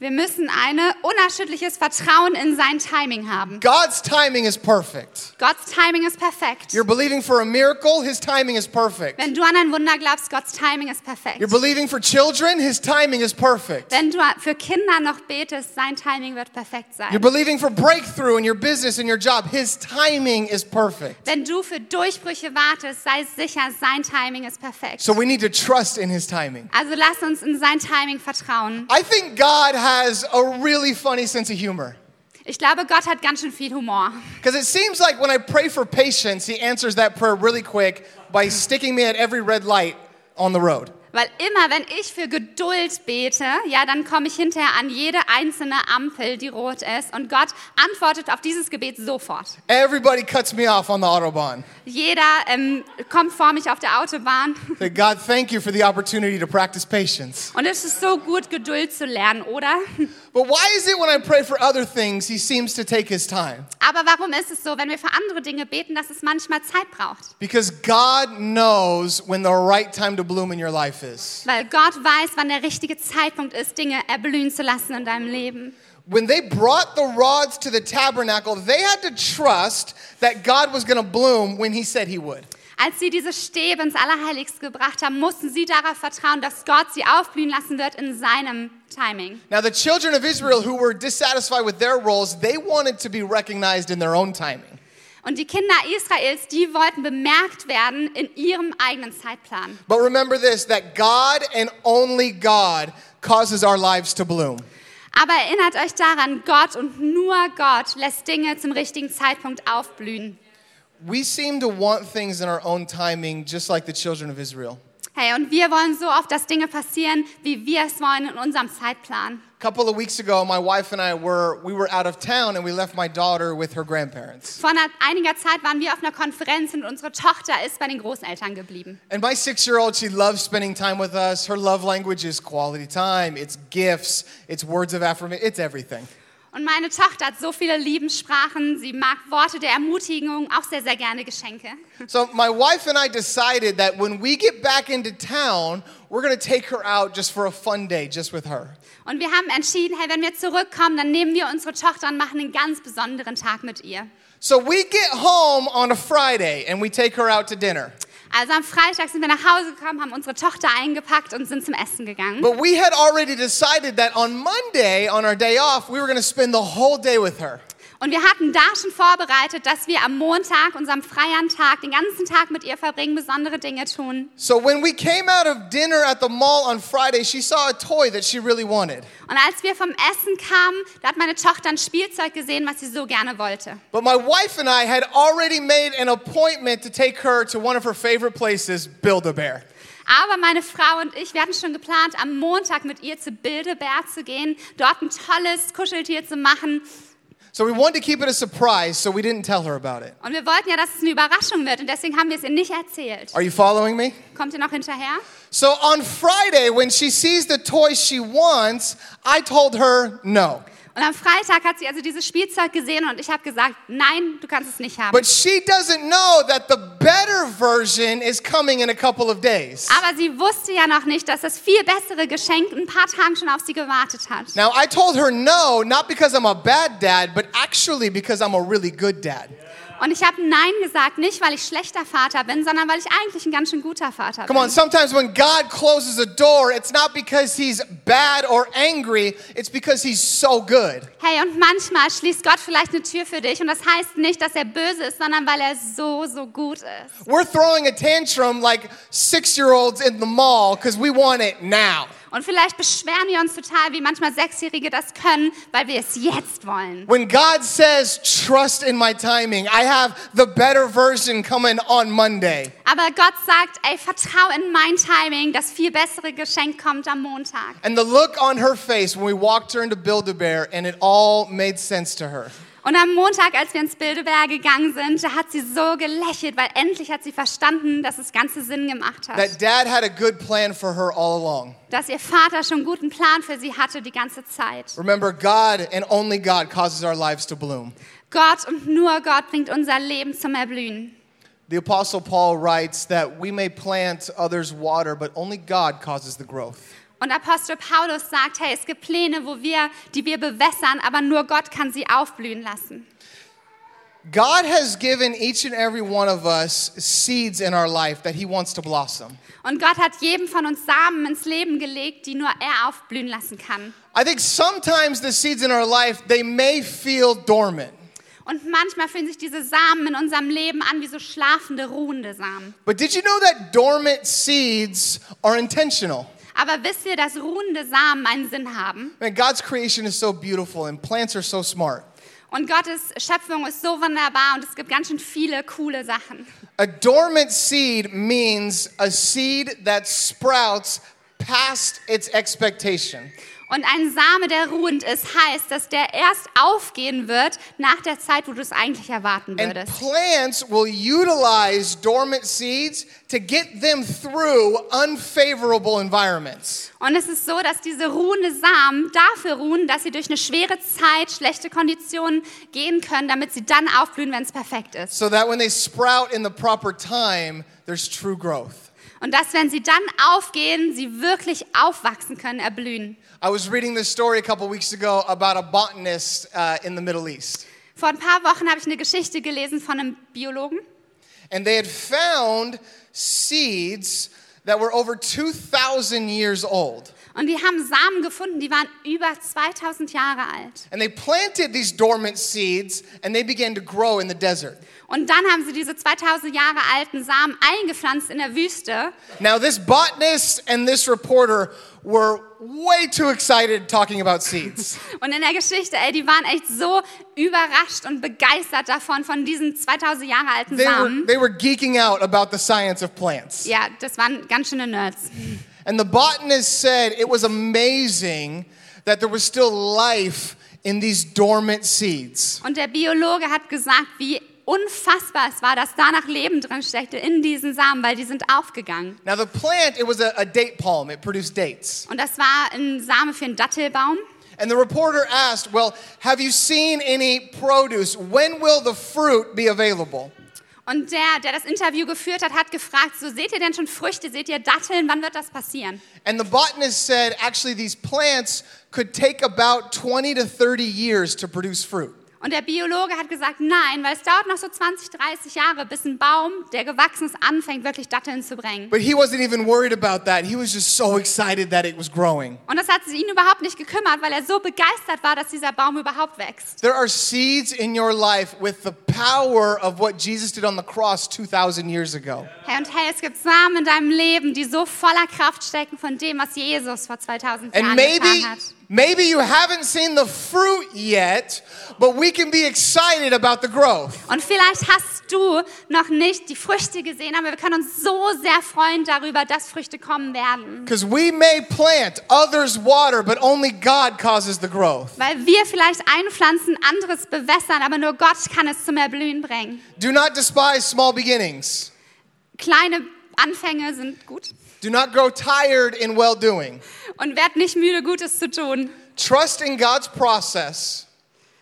C: Wir müssen ein unerschütterliches Vertrauen in sein Timing haben.
B: God's timing is perfect.
C: Gottes Timing ist perfekt.
B: You're believing for a miracle, his timing is perfect.
C: Wenn du an ein Wunder glaubst, Gottes Timing ist perfekt.
B: You're believing for children, his timing is perfect.
C: Wenn du für Kinder noch betest, sein Timing wird perfekt sein.
B: You're believing for breakthrough in your business and your job, his timing is perfect.
C: Wenn du für Durchbrüche wartest, sei sicher, sein Timing ist perfekt.
B: So we need to trust in his timing.
C: Also lass uns in sein Timing vertrauen.
B: I think God has a really funny sense of humor.
C: Ich glaube, Gott hat ganz schön viel Humor.
B: Because it seems like when I pray for patience, He answers that prayer really quick by sticking me at every red light on the road.
C: Weil immer, wenn ich für Geduld bete, ja, dann komme ich hinterher an jede einzelne Ampel, die rot ist. Und Gott antwortet auf dieses Gebet sofort.
B: Everybody cuts me off on the Autobahn.
C: Jeder ähm, kommt vor mich auf der Autobahn.
B: Say, God, thank you for the opportunity to practice patience.
C: Und es ist so gut, Geduld zu lernen, oder?
B: But why is it when I pray for other things, He seems to take His time?
C: Aber warum ist es so, wenn wir für andere Dinge beten, dass es manchmal Zeit braucht?
B: Because God knows when the right time to bloom in your life is.
C: Weil Gott weiß, wann der richtige Zeitpunkt ist, Dinge erblühen zu lassen in deinem Leben.
B: When they brought the rods to the tabernacle, they had to trust that God was going to bloom when He said He would.
C: Als sie diese Stäbe ins Allerheiligste gebracht haben, mussten sie darauf vertrauen, dass Gott sie aufblühen lassen wird in seinem Timing.
B: Now, the children of Israel who were dissatisfied with their roles, they wanted to be recognized in their own timing.
C: Und die Kinder Israels, die wollten bemerkt werden in ihrem eigenen Zeitplan.
B: But remember this that God and only God causes our lives to bloom.
C: Aber erinnert euch daran, Gott und nur Gott lässt Dinge zum richtigen Zeitpunkt aufblühen.
B: We seem to want things in our own timing, just like the children of Israel.
C: Hey, und wir wollen so oft, dass Dinge passieren, wie wir es wollen in unserem Zeitplan.
B: A couple of weeks ago, my wife and I were we were out of town and we left my daughter with her grandparents.
C: Vor einer, einiger Zeit waren wir auf einer Konferenz und unsere Tochter ist bei den Großeltern geblieben.
B: And my 6-year-old, she loves spending time with us. Her love language is quality time, it's gifts, it's words of affirmation, it's everything.
C: Und meine Tochter hat so viele Liebenssprachen. Sie mag Worte der Ermutigung, auch sehr, sehr gerne Geschenke.
B: So my wife and I decided that when we get back into town, we're going to take her out just for a fun day just with her.
C: Und wir haben entschieden, hey, wenn wir zurückkommen, dann nehmen wir unsere Tochter und machen einen ganz besonderen Tag mit ihr.
B: So we get home on a Friday and we take her out to dinner.
C: Also am Freitag sind wir nach Hause gekommen, haben unsere Tochter eingepackt und sind zum Essen gegangen.
B: But we had already decided that on Monday, on our day off, we were going to spend the whole day with her.
C: Und wir hatten da schon vorbereitet, dass wir am Montag, unserem freien Tag, den ganzen Tag mit ihr verbringen, besondere Dinge tun.
B: So when we came out of dinner at the mall on Friday, she saw a toy that she really wanted.
C: Und als wir vom Essen kamen, da hat meine Tochter ein Spielzeug gesehen, was sie so gerne wollte.
B: But my wife and I had already made an appointment to take her to one of her favorite places, Build-A-Bear.
C: Aber meine Frau und ich, wir hatten schon geplant, am Montag mit ihr zu Bilderberg zu gehen, dort ein tolles Kuscheltier zu machen.
B: So we wanted to keep it a surprise, so we didn't tell her about it.
C: Und wir wollten ja, dass es eine Überraschung wird und deswegen haben wir es ihr nicht erzählt.
B: Are you following me?
C: Kommt ihr noch hinterher?
B: So on Friday, when she sees the toy she wants, I told her no.
C: Und am Freitag hat sie also dieses Spielzeug gesehen und ich habe gesagt, nein, du kannst es nicht haben.
B: But she doesn't know that the better version is coming in a couple of days.
C: Aber sie wusste ja noch nicht, dass das viel bessere Geschenk ein paar Tagen schon auf sie gewartet hat.
B: Now, I told her no, not because I'm a bad dad, but actually because I'm a really good dad.
C: Und ich habe Nein gesagt, nicht weil ich schlechter Vater bin, sondern weil ich eigentlich ein ganz schön guter Vater
B: Come on,
C: bin.
B: sometimes when God closes a door, it's not because he's bad or angry, it's because he's so good.
C: Hey, und manchmal schließt Gott vielleicht eine Tür für dich und das heißt nicht, dass er böse ist, sondern weil er so, so gut ist.
B: We're throwing a tantrum like six year olds in the mall because we want it now.
C: Und vielleicht beschweren wir uns total, wie manchmal Sechsjährige das können, weil wir es jetzt wollen.
B: When God says, trust in my timing, I have the better version coming on Monday.
C: Aber Gott sagt, ey, vertrau in mein Timing, das viel bessere Geschenk kommt am Montag.
B: And the look on her face when we walked her into Build a Bear, and it all made sense to her.
C: Und am Montag, als wir ins Bilderberg gegangen sind, da hat sie so gelächelt, weil endlich hat sie verstanden, dass es ganze Sinn gemacht
B: That
C: hat.
B: dad had a good plan for her all along.
C: Dass ihr Vater schon einen guten Plan für sie hatte die ganze Zeit.
B: Remember, God and only God causes our lives to bloom.
C: Gott und nur Gott bringt unser Leben zum Erblühen.
B: The Apostle Paul writes that we may plant, others water, but only God causes the growth.
C: Und Apostel Paulus sagt, hey, es gibt Pläne, wo wir, die wir bewässern, aber nur Gott kann sie aufblühen lassen.
B: God has given each and every one of us seeds in our life that He wants to blossom.
C: Und Gott hat jedem von uns Samen ins Leben gelegt, die nur er aufblühen lassen kann.
B: I think sometimes the seeds in our life, they may feel dormant.
C: Und manchmal fühlen sich diese Samen in unserem Leben an wie so schlafende, ruhende Samen.
B: But did you know that dormant seeds are intentional?
C: Aber wisst ihr, dass ruhende Samen einen Sinn haben?
B: Man, God's creation is so beautiful and plants are so smart.
C: Und Gottes Schöpfung ist so wunderbar und es gibt ganz schön viele coole Sachen.
B: A dormant seed means a seed that sprouts past its expectation.
C: Und ein Same, der ruhend ist, heißt, dass der erst aufgehen wird nach der Zeit, wo du es eigentlich erwarten
B: And
C: würdest.
B: plants will utilize dormant seeds to get them through unfavorable environments.
C: Und es ist so, dass diese ruhende Samen dafür ruhen, dass sie durch eine schwere Zeit, schlechte Konditionen gehen können, damit sie dann aufblühen, wenn es perfekt ist.
B: So that when they sprout in the proper time, there's true growth.
C: Und dass, wenn sie dann aufgehen, sie wirklich aufwachsen können, erblühen.
B: I was reading this story a couple weeks ago about a botanist uh, in the Middle East.
C: Vor ein paar Wochen habe ich eine Geschichte gelesen von einem Biologen.
B: And they had found seeds that were over 2,000 years old.
C: Und die haben Samen gefunden, die waren über 2000 Jahre alt.
B: And they planted these dormant seeds and they began to grow in the desert.
C: Und dann haben sie diese 2000 Jahre alten Samen eingepflanzt in der Wüste.
B: Now, this botanist and this reporter were way too excited talking about seeds.
C: Und in der Geschichte, ey, die waren echt so überrascht und begeistert davon, von diesen 2000 Jahre alten
B: They were,
C: Samen.
B: they were geeking out about the science of plants.
C: Ja, das waren ganz schöne Nerds.
B: And the botanist said it was amazing that there was still life in these dormant seeds.
C: Und der Biologe hat gesagt, wie unfassbar es war, dass danach Leben drin steckte in diesen Samen, weil die sind aufgegangen.
B: Now, the plant, it was a, a date palm, it produced dates.
C: Und das war ein Same für einen Dattelbaum.
B: And the reporter asked, Well, have you seen any produce? When will the fruit be available?
C: Und der, der das Interview geführt hat, hat gefragt, so seht ihr denn schon Früchte, seht ihr Datteln, wann wird das passieren?
B: And the botanist said, Actually, these plants could take about 20 to 30 years to produce fruit.
C: Und der Biologe hat gesagt, nein, weil es dauert noch so 20, 30 Jahre, bis ein Baum, der gewachsen ist, anfängt, wirklich Datteln zu bringen.
B: But he wasn't even worried about that. He was just so excited that it was growing.
C: Und das hat ihn überhaupt nicht gekümmert, weil er so begeistert war, dass dieser Baum überhaupt wächst.
B: There are seeds in your life with the power of what Jesus did on the cross 2,000 years ago.
C: Hey und hey, es gibt Samen in deinem Leben, die so voller Kraft stecken von dem, was Jesus vor 2000
B: And
C: Jahren
B: maybe,
C: getan hat.
B: maybe you haven't seen the fruit yet, but we can be excited about the growth.
C: Und vielleicht hast du noch nicht die Früchte gesehen, aber wir können uns so sehr freuen darüber, dass Früchte kommen werden.
B: Because we may plant, others water, but only God causes the growth.
C: Weil wir vielleicht einpflanzen, anderes bewässern, aber nur Gott kann es zu mehr Blühen bringen.
B: Do not despise small beginnings.
C: Kleine Anfänge sind gut.
B: Do not grow tired in well doing.
C: Und werd nicht müde, Gutes zu tun.
B: Trust in God's process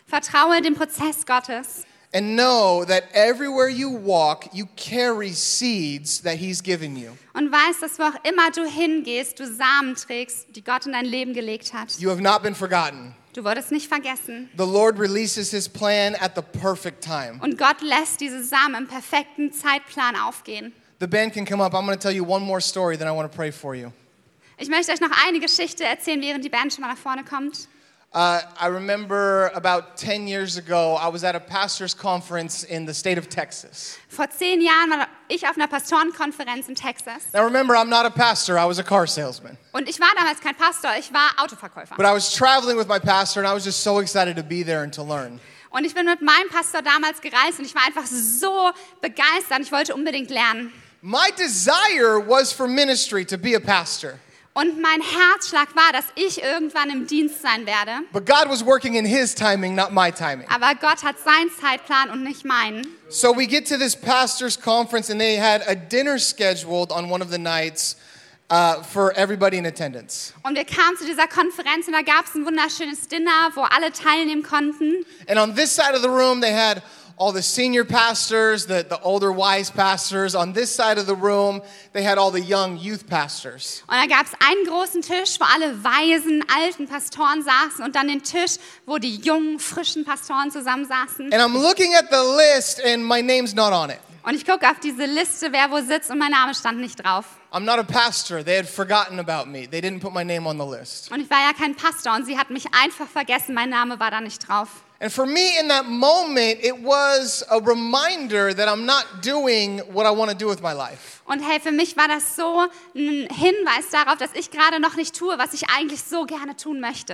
C: Vertraue dem Prozess Gottes.
B: and know that everywhere you walk, you carry seeds that He's given you.
C: Und weiß, dass wo auch immer du hingehst, du Samen trägst, die Gott in dein Leben gelegt hat.
B: You have not been forgotten.
C: Du wurdest nicht vergessen.
B: The Lord releases His plan at the perfect time.
C: Und Gott lässt diese Samen im perfekten Zeitplan aufgehen.
B: The band can come up. I'm going to tell you one more story, then I want to pray for you.
C: Ich möchte euch noch eine Geschichte erzählen, während die Band schon mal nach vorne kommt.
B: Uh, I remember about 10 years ago, I was at a pastor's conference in the state of Texas.
C: Vor zehn Jahren war ich auf einer Pastorenkonferenz in Texas
B: Now, remember, I'm not a pastor, I was a car salesman.
C: und ich war damals kein Pastor, ich war Autoverkäufer.
B: But I was traveling with my pastor, and I was just so excited to be there and to learn.
C: Und ich bin mit meinem Pastor damals gereist und ich war einfach so begeistert, ich wollte unbedingt lernen.
B: My desire was for ministry to be a pastor,
C: Und mein Herzschlag war, dass ich irgendwann im Dienst sein werde.
B: but God was working in His timing, not my timing.
C: Aber Gott hat seinen Zeitplan und nicht meinen.
B: So we get to this pastor's conference, and they had a dinner scheduled on one of the nights uh, for everybody in attendance.
C: Und wir kamen zu dieser Konferenz und da gab es ein wunderschönes Dinner, wo alle teilnehmen konnten.
B: And on this side of the room, they had all the senior pastors, the, the older wise pastors. On this side of the room, they had all the young youth pastors.
C: Und da gab es einen großen Tisch, wo alle weisen, alten Pastoren saßen und dann den Tisch, wo die jungen, frischen Pastoren zusammensaßen.
B: And I'm looking at the list, and my name's not on it.
C: Und ich gucke auf diese Liste, wer wo sitzt und mein Name stand nicht drauf.
B: I'm not a pastor. They had forgotten about me. They didn't put my name on the list.
C: Und ich war ja kein Pastor und sie hat mich einfach vergessen, mein Name war da nicht drauf.
B: And for me, in that moment, it was a reminder that I'm not doing what I want to do with my life.
C: Und hey, für mich war das so ein Hinweis darauf, dass ich gerade noch nicht tue, was ich eigentlich so gerne tun möchte.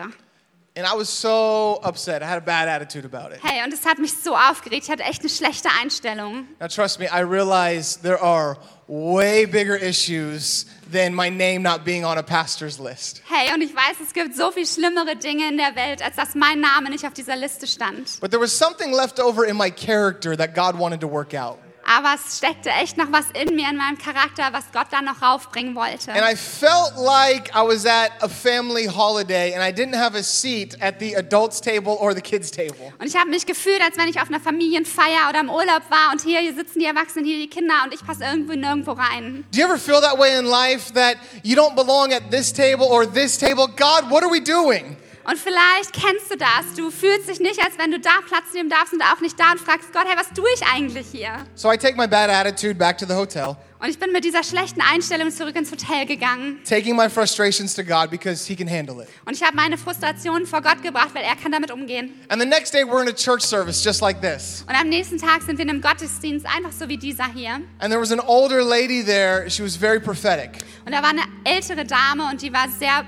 B: And I was so upset. I had a bad attitude about it.
C: Hey, und es hat mich so aufgeregt. Ich hatte echt eine schlechte Einstellung.
B: Now, trust me, I realize there are way bigger issues than my name not being on a pastor's list.
C: Hey, und ich weiß, es gibt so viel schlimmere Dinge in der Welt, als dass mein Name nicht auf dieser Liste stand.
B: But there was something left over in my character that God wanted to work out.
C: Aber es steckte echt noch was in mir, in meinem Charakter, was Gott dann noch raufbringen wollte.
B: And I felt like I was at a family holiday and I didn't have a seat at the adults' table or the kids' table.
C: Und ich habe mich gefühlt, als wenn ich auf einer Familienfeier oder im Urlaub war und hier, hier sitzen die Erwachsenen, hier die Kinder und ich passe irgendwo nirgendwo rein.
B: Do you ever feel that way in life that you don't belong at this table or this table? God, what are we doing?
C: Und vielleicht kennst du das. Du fühlst dich nicht, als wenn du da Platz nehmen darfst und auch nicht da und fragst Gott, hey, was tue ich eigentlich hier?
B: So I take my bad attitude back to the hotel,
C: Und ich bin mit dieser schlechten Einstellung zurück ins Hotel gegangen.
B: taking my frustrations to God because He can handle it.
C: Und ich habe meine Frustration vor Gott gebracht, weil er kann damit umgehen.
B: And the next day, we're in a church service just like this.
C: Und am nächsten Tag sind wir in einem Gottesdienst, einfach so wie dieser hier.
B: And there was an older lady there. She was very prophetic.
C: Und da war eine ältere Dame und die war sehr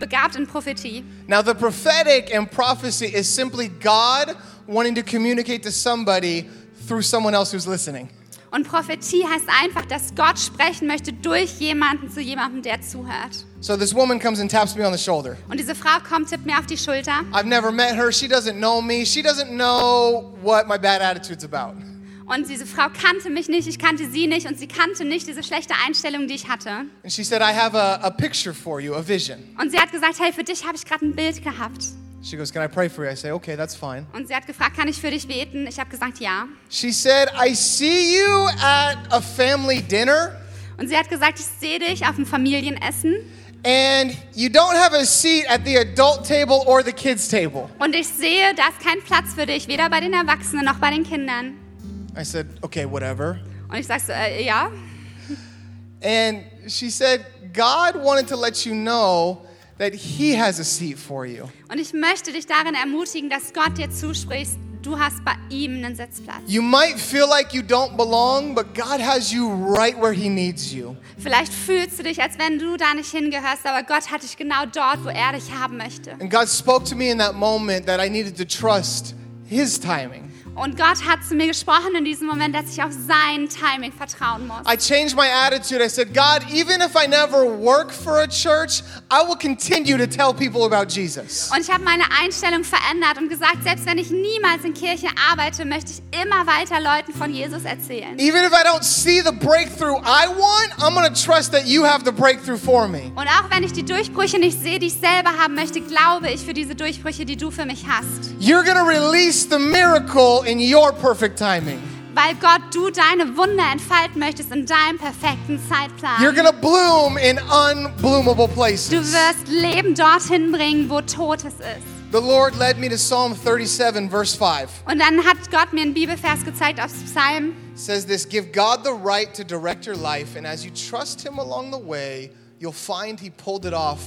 C: begabt in Prophetie.
B: Now, the prophetic and prophecy is simply God wanting to communicate to somebody through someone else who's listening.
C: Und Prophetie heißt einfach, dass Gott sprechen möchte durch jemanden zu jemandem, der zuhört.
B: So this woman comes and taps me on the shoulder.
C: Und diese Frau kommt, tippt mir auf die Schulter.
B: I've never met her. She doesn't know me. She doesn't know what my bad attitude's about.
C: Und diese Frau kannte mich nicht, ich kannte sie nicht und sie kannte nicht diese schlechte Einstellung, die ich hatte.
B: And she said, I have a, a picture for you, a vision.
C: Und sie hat gesagt, hey, für dich habe ich gerade ein Bild gehabt.
B: She goes, Can I pray for you? I say, Okay, that's fine.
C: Und sie hat gefragt, kann ich für dich beten? Ich habe gesagt, ja.
B: She said, I see you at a family dinner
C: Und sie hat gesagt, ich sehe dich auf dem Familienessen
B: and you don't have a seat at the adult table or the kids table.
C: und ich sehe, da ist kein Platz für dich, weder bei den Erwachsenen noch bei den Kindern.
B: I said, Okay, whatever.
C: Und ich sag so, äh, ja.
B: And she said, God wanted to let you know that He has a seat for you.
C: Und ich möchte dich darin ermutigen, dass Gott dir zuspricht, du hast bei ihm einen Sitzplatz.
B: You might feel like you don't belong, but God has you right where He needs you.
C: Vielleicht fühlst du dich, als wenn du da nicht hingehörst, aber Gott hat dich genau dort, wo er dich haben möchte.
B: And God spoke to me in that moment that I needed to trust His timing.
C: Und Gott hat zu mir gesprochen in diesem Moment, dass ich auf sein Timing vertrauen muss.
B: I changed my attitude. I said, God, even if I never work for a church, I will continue to tell people about Jesus.
C: Und ich habe meine Einstellung verändert und gesagt, selbst wenn ich niemals in Kirche arbeite, möchte ich immer weiter Leuten von Jesus erzählen.
B: Even if I don't see the breakthrough I want, I'm going to trust that you have the breakthrough for me.
C: Und auch wenn ich die Durchbrüche nicht sehe, die ich selber haben möchte, glaube ich für diese Durchbrüche, die du für mich hast.
B: You're going to release the miracle in your perfect timing.
C: Weil Gott, du deine Wunder entfalten möchtest in deinem perfekten
B: You're
C: Zeitplan.
B: going to bloom in unbloomable
C: Du
B: places.
C: wirst Leben dorthin bringen, wo Totes ist.
B: The Lord led me to Psalm 37, verse 5.
C: Und dann hat Gott mir einen Bibelvers gezeigt aus Psalm.
B: It says this Give God the right to direct your life, and as you trust Him along the way, you'll find He pulled it off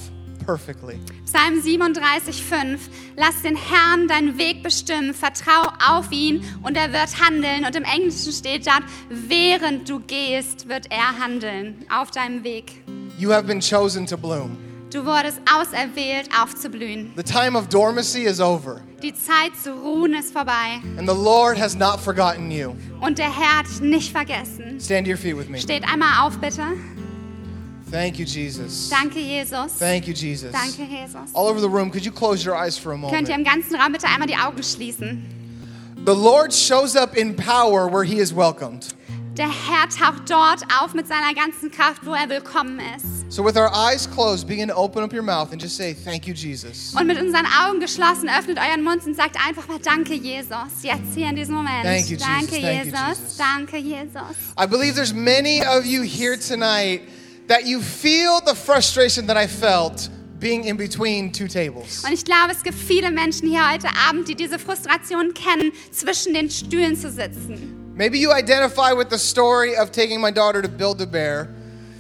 B: perfectly.
C: Psalm 37,5. Lass den Herrn deinen Weg bestimmen, vertrau auf ihn und er wird handeln. Und im Englischen steht dann, während du gehst, wird er handeln auf deinem Weg.
B: You have been chosen to bloom.
C: Du wurdest auserwählt, aufzublühen.
B: The time of dormancy is over,
C: Die Zeit zu ruhen ist vorbei
B: and the Lord has not forgotten you.
C: und der Herr hat dich nicht vergessen.
B: Stand to your feet with me.
C: Steht einmal auf, bitte.
B: Thank you, Jesus.
C: Danke, Jesus.
B: Thank you, Jesus.
C: Danke, Jesus.
B: All over the room, could you close your eyes for a
C: Könnt
B: moment?
C: ihr im ganzen Raum bitte einmal die Augen schließen?
B: The Lord shows up in power where He is welcomed.
C: Der Herr taucht dort auf mit seiner ganzen Kraft, wo er willkommen ist.
B: So, with our eyes closed, begin to open up your mouth and just say, Thank you, Jesus.
C: Und mit unseren Augen geschlossen, öffnet euren Mund und sagt einfach mal Danke, Jesus. Jetzt hier in diesem Moment.
B: Thank you, Jesus.
C: Danke,
B: Thank you, Jesus.
C: Jesus. Danke, Jesus.
B: I believe there's many of you here tonight that you feel the frustration that I felt being in between two tables.
C: Und ich glaube, es gibt viele Menschen hier heute Abend, die diese Frustration kennen, zwischen den Stühlen zu sitzen.
B: Maybe you identify with the story of taking my daughter to Build a Bear.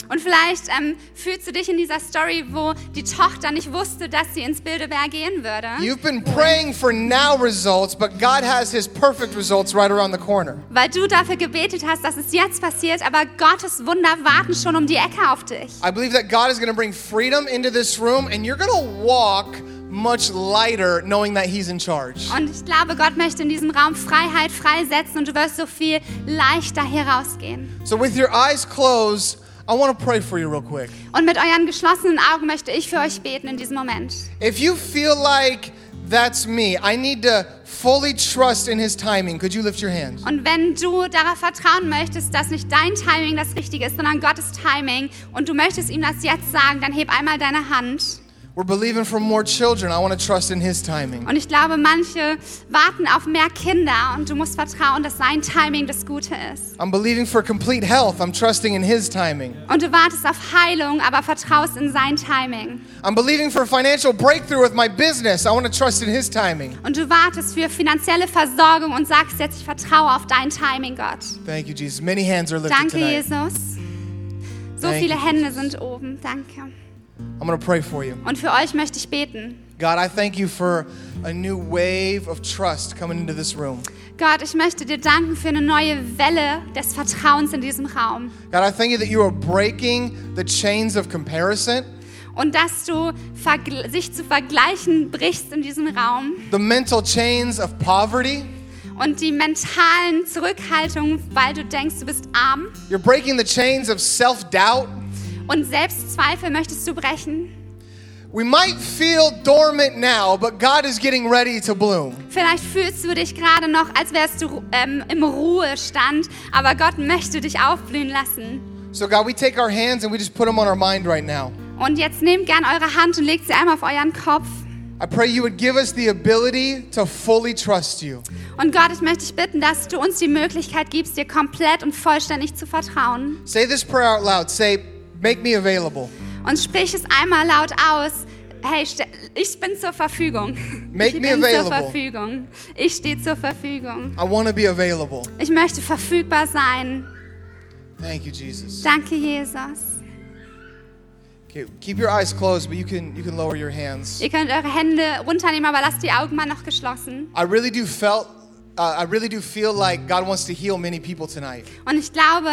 C: Und vielleicht ähm, fühlst du dich in dieser Story, wo die Tochter nicht wusste, dass sie ins Bilderberg gehen würde,
B: You've been praying for now results, but God has His perfect results right around the corner.
C: weil du dafür gebetet hast, dass es jetzt passiert, aber Gottes Wunder warten schon um die Ecke auf dich.
B: I believe that God is going to bring freedom into this room, and you're going to walk much lighter knowing that He's in charge.
C: Und ich glaube, Gott möchte in diesem Raum Freiheit freisetzen und du wirst so viel leichter hier rausgehen.
B: So, with your eyes closed, I want to pray for you real quick.
C: Und mit euren geschlossenen Augen möchte ich für euch beten in diesem Moment.
B: If you feel like that's me, I need to fully trust in His timing. Could you lift your hand?
C: Und wenn du darauf vertrauen möchtest, dass nicht dein Timing das Richtige ist, sondern Gottes Timing und du möchtest ihm das jetzt sagen, dann heb einmal deine Hand.
B: We're believing for more children. I want to trust in His timing.
C: Und ich glaube, manche warten auf mehr Kinder und du musst vertrauen, dass sein Timing das Gute ist.
B: I'm believing for complete health. I'm trusting in His timing.
C: Und du wartest auf Heilung, aber vertraust in sein Timing.
B: I'm believing for financial breakthrough with my business. I want to trust in His timing.
C: Und du wartest für finanzielle Versorgung und sagst jetzt, ich vertraue auf dein Timing, Gott.
B: Thank you, Jesus. Many hands are lifted
C: Danke,
B: tonight.
C: Jesus. So
B: Thank
C: viele
B: you,
C: Hände sind oben. Danke.
B: I'm going to pray for you.
C: Und für euch möchte ich beten.
B: God, I thank you for a new wave of trust coming into this room.
C: Gott, ich möchte dir danken für eine neue Welle des Vertrauens in diesem Raum.
B: God, I thank you that you are breaking the chains of comparison,
C: Und dass du vergl- sich zu vergleichen brichst in diesem Raum.
B: the mental chains of poverty.
C: und die mentalen Zurückhaltungen, weil du denkst, du bist arm
B: You're breaking the chains of self doubt.
C: und Selbstzweifel möchtest du brechen.
B: We might feel dormant now, but God is getting ready to bloom.
C: Vielleicht fühlst du dich gerade noch, als wärst du ähm, im Ruhestand, aber Gott möchte dich aufblühen lassen.
B: So, God, we take our hands and we just put them on our mind right now.
C: Und jetzt nehmt gern eure Hand und legt sie einmal auf euren Kopf.
B: I pray you would give us the ability to fully trust you.
C: Und Gott, ich möchte dich bitten, dass du uns die Möglichkeit gibst, dir komplett und vollständig zu vertrauen.
B: Say this prayer out loud. Say, Make me available.
C: Und sprich es einmal laut aus. Hey, ste- ich bin zur Verfügung.
B: Make
C: ich
B: me
C: bin
B: available.
C: zur Verfügung. Ich stehe zur Verfügung.
B: I want to be available.
C: Ich möchte verfügbar sein.
B: Thank you, Jesus.
C: Danke, Jesus.
B: Okay, keep your eyes closed, but you can you can lower your hands.
C: Ihr könnt eure Hände runternehmen, aber lasst die Augen mal noch geschlossen.
B: I really do felt uh, I really do feel like God wants to heal many people tonight.
C: Und ich glaube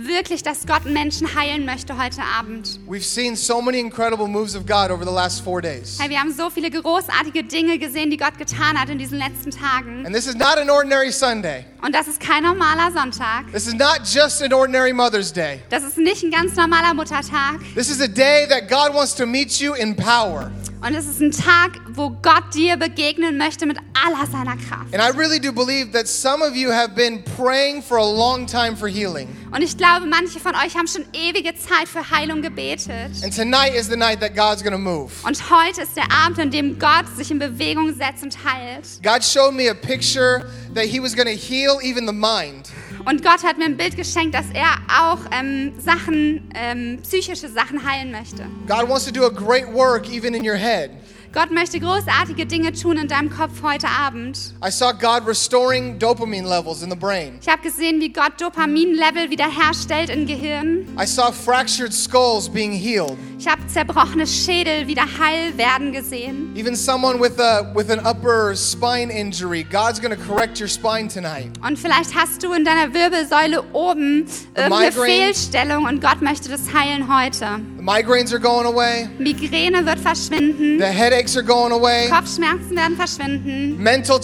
C: wirklich, dass Gott Menschen heilen möchte heute Abend.
B: We've seen so many incredible moves of God over the last 4 days.
C: Hey, wir haben so viele großartige Dinge gesehen, die Gott getan hat in diesen letzten Tagen.
B: And this is not an ordinary Sunday.
C: Und das ist kein normaler Sonntag.
B: This is not just an ordinary Mother's Day.
C: Das ist nicht ein ganz normaler Muttertag.
B: This is a day that God wants to meet you in power.
C: Und es ist ein Tag, wo Gott dir begegnen möchte mit aller seiner Kraft.
B: And I really do believe that some of you have been praying for a long time for healing.
C: Und ich glaube, manche von euch haben schon ewige Zeit für Heilung gebetet.
B: And tonight is the night that God's going to move.
C: Und heute ist der Abend, an dem Gott sich in Bewegung setzt und heilt.
B: God showed me a picture that he was going to heal even the mind.
C: Und Gott hat mir ein Bild geschenkt, dass er auch ähm, Sachen, ähm, psychische Sachen heilen möchte.
B: God wants to do a great work even in your head.
C: Gott möchte großartige Dinge tun in deinem Kopf heute Abend.
B: I saw God restoring dopamine levels in the brain.
C: Ich habe gesehen, wie Gott Dopaminlevel wiederherstellt im Gehirn.
B: I saw fractured skulls being healed.
C: Ich habe zerbrochene Schädel wieder heil werden gesehen.
B: Even someone with a with an upper spine injury, God's going to correct your spine tonight.
C: Und vielleicht hast du in deiner Wirbelsäule oben irgendeine
B: migraine.
C: Fehlstellung und Gott möchte das heilen heute.
B: The migraines are going away.
C: Migräne wird verschwinden.
B: The headaches are going away.
C: Kopfschmerzen werden verschwinden,
B: Mental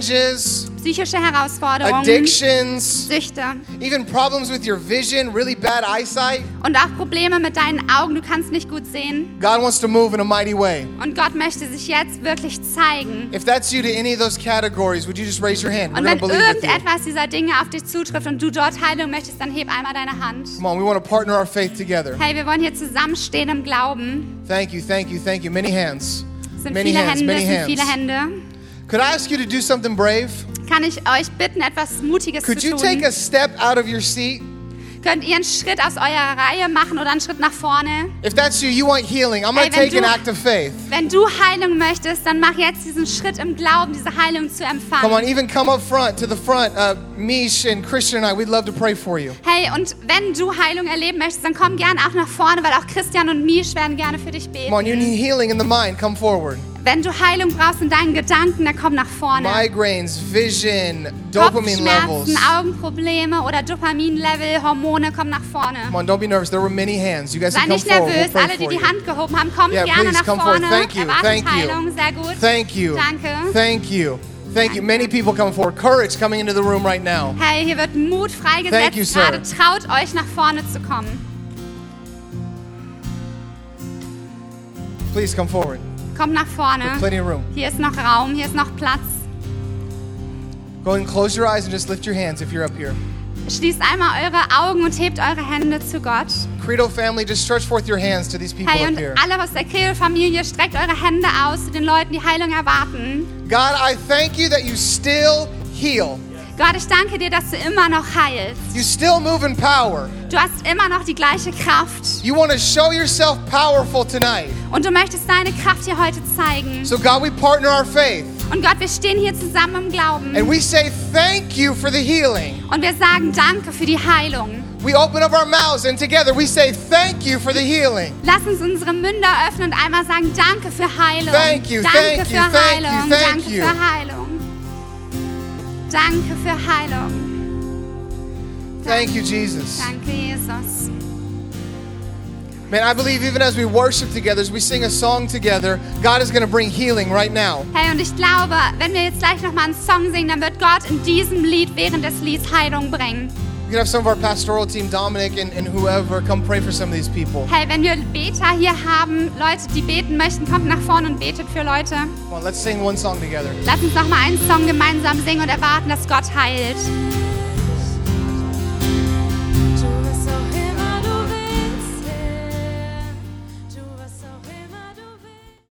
B: challenges,
C: psychische Herausforderungen,
B: addictions,
C: Süchte
B: even problems with your vision, really bad eyesight.
C: und auch Probleme mit deinen Augen. Du kannst nicht gut sehen
B: God wants to move in a mighty way.
C: und Gott möchte sich jetzt wirklich zeigen.
B: If that's you to any of those categories, would you just raise your hand? We're
C: Und
B: going
C: wenn
B: to believe with you.
C: irgendetwas dieser Dinge auf dich zutrifft und du dort Heilung möchtest, dann heb einmal deine Hand.
B: Come on, we want to partner our faith together.
C: Hey, wir wollen hier zusammenstehen im Glauben.
B: Thank you, thank you, thank you. Many hands.
C: Es sind
B: Many
C: viele
B: hands,
C: Hände,
B: many
C: es sind viele
B: hands.
C: Hände.
B: Could I ask you to do something brave?
C: Kann ich euch bitten, etwas Mutiges
B: Could
C: zu
B: you take
C: tun?
B: a step out of your seat?
C: Könnt ihr einen Schritt aus eurer Reihe machen oder einen Schritt nach vorne?
B: If that's you, you want healing. I'm going
C: Hey,
B: to
C: wenn
B: take an
C: du-
B: act of faith.
C: Wenn du Heilung möchtest, dann mach jetzt diesen Schritt im Glauben, diese Heilung zu empfangen.
B: Come on, even come up front to the front. Uh, Mish and Christian and I, we'd love to pray for you.
C: Hey, und wenn du Heilung erleben möchtest, dann komm gern auch nach vorne, weil auch Christian und Misch werden gerne für dich
B: Come on, you
C: beten.
B: need healing in the mind. Come forward.
C: Wenn du Heilung brauchst in deinen Gedanken, dann komm nach vorne.
B: Migraines, vision, dopamine levels.
C: Kopfschmerzen,
B: Come
C: Augenprobleme oder Dopaminlevel, Hormone, komm nach vorne.
B: on, don't be nervous. There were many hands. You guys
C: Sei
B: can come
C: nicht
B: forward. We'll
C: nervös,
B: pray
C: alle, die
B: for
C: die
B: you.
C: Hand gehoben haben, kommt
B: Yeah,
C: gerne
B: please
C: nach
B: come forward.
C: vorne.
B: Thank you,
C: Erwartet
B: thank you.
C: Heilung, sehr gut.
B: Thank you.
C: Danke.
B: Thank you. Thank you. Many people coming forward. Courage coming into the room right now.
C: Hey, hier wird Mut
B: Thank
C: freigesetzt
B: you, sir.
C: gerade. Traut euch, nach vorne zu kommen.
B: Please come forward.
C: Kommt nach vorne.
B: Plenty of room.
C: Hier ist noch Raum, hier ist noch Platz.
B: Go ahead and close your eyes and just lift your hands if you're up here.
C: Schließt einmal eure Augen und hebt eure Hände zu Gott.
B: Credo family, just stretch forth your hands to these people
C: Hey,
B: up
C: und
B: here.
C: alle aus der Credo-Familie, streckt eure Hände aus zu den Leuten, die Heilung erwarten.
B: God, I thank you that you still heal.
C: Gott, ich danke dir, dass du immer noch heilst.
B: You still move in power.
C: Du hast immer noch die gleiche Kraft.
B: You want to show yourself powerful tonight.
C: Und du möchtest deine Kraft hier heute zeigen.
B: So, God, we partner our faith
C: Und Gott, wir stehen hier zusammen im Glauben.
B: and we say thank you for the healing.
C: Und wir sagen Danke für die Heilung.
B: We open up our mouths and together we say thank you for the healing.
C: Lass uns unsere Münder öffnen und einmal sagen Danke für Heilung.
B: Thank you,
C: danke
B: thank
C: für
B: you, thank you,
C: Heilung.
B: thank
C: danke
B: you.
C: für Heilung. Danke für Heilung.
B: Thank you, Jesus.
C: Danke, Jesus.
B: Man, I believe even as we worship together, as we sing a song together, God is going to bring healing right now.
C: Hey, und ich glaube, wenn wir jetzt gleich nochmal einen Song singen, dann wird Gott in diesem Lied während des Lieds Heilung bringen.
B: You can have some of our pastoral team, Dominic and, and whoever, come pray for some of these people.
C: Hey, wenn wir Beter hier haben, Leute, die beten möchten, kommt nach vorne und betet für Leute.
B: Come on, let's sing one song together.
C: Lass uns nochmal einen Song gemeinsam singen und erwarten, dass Gott heilt.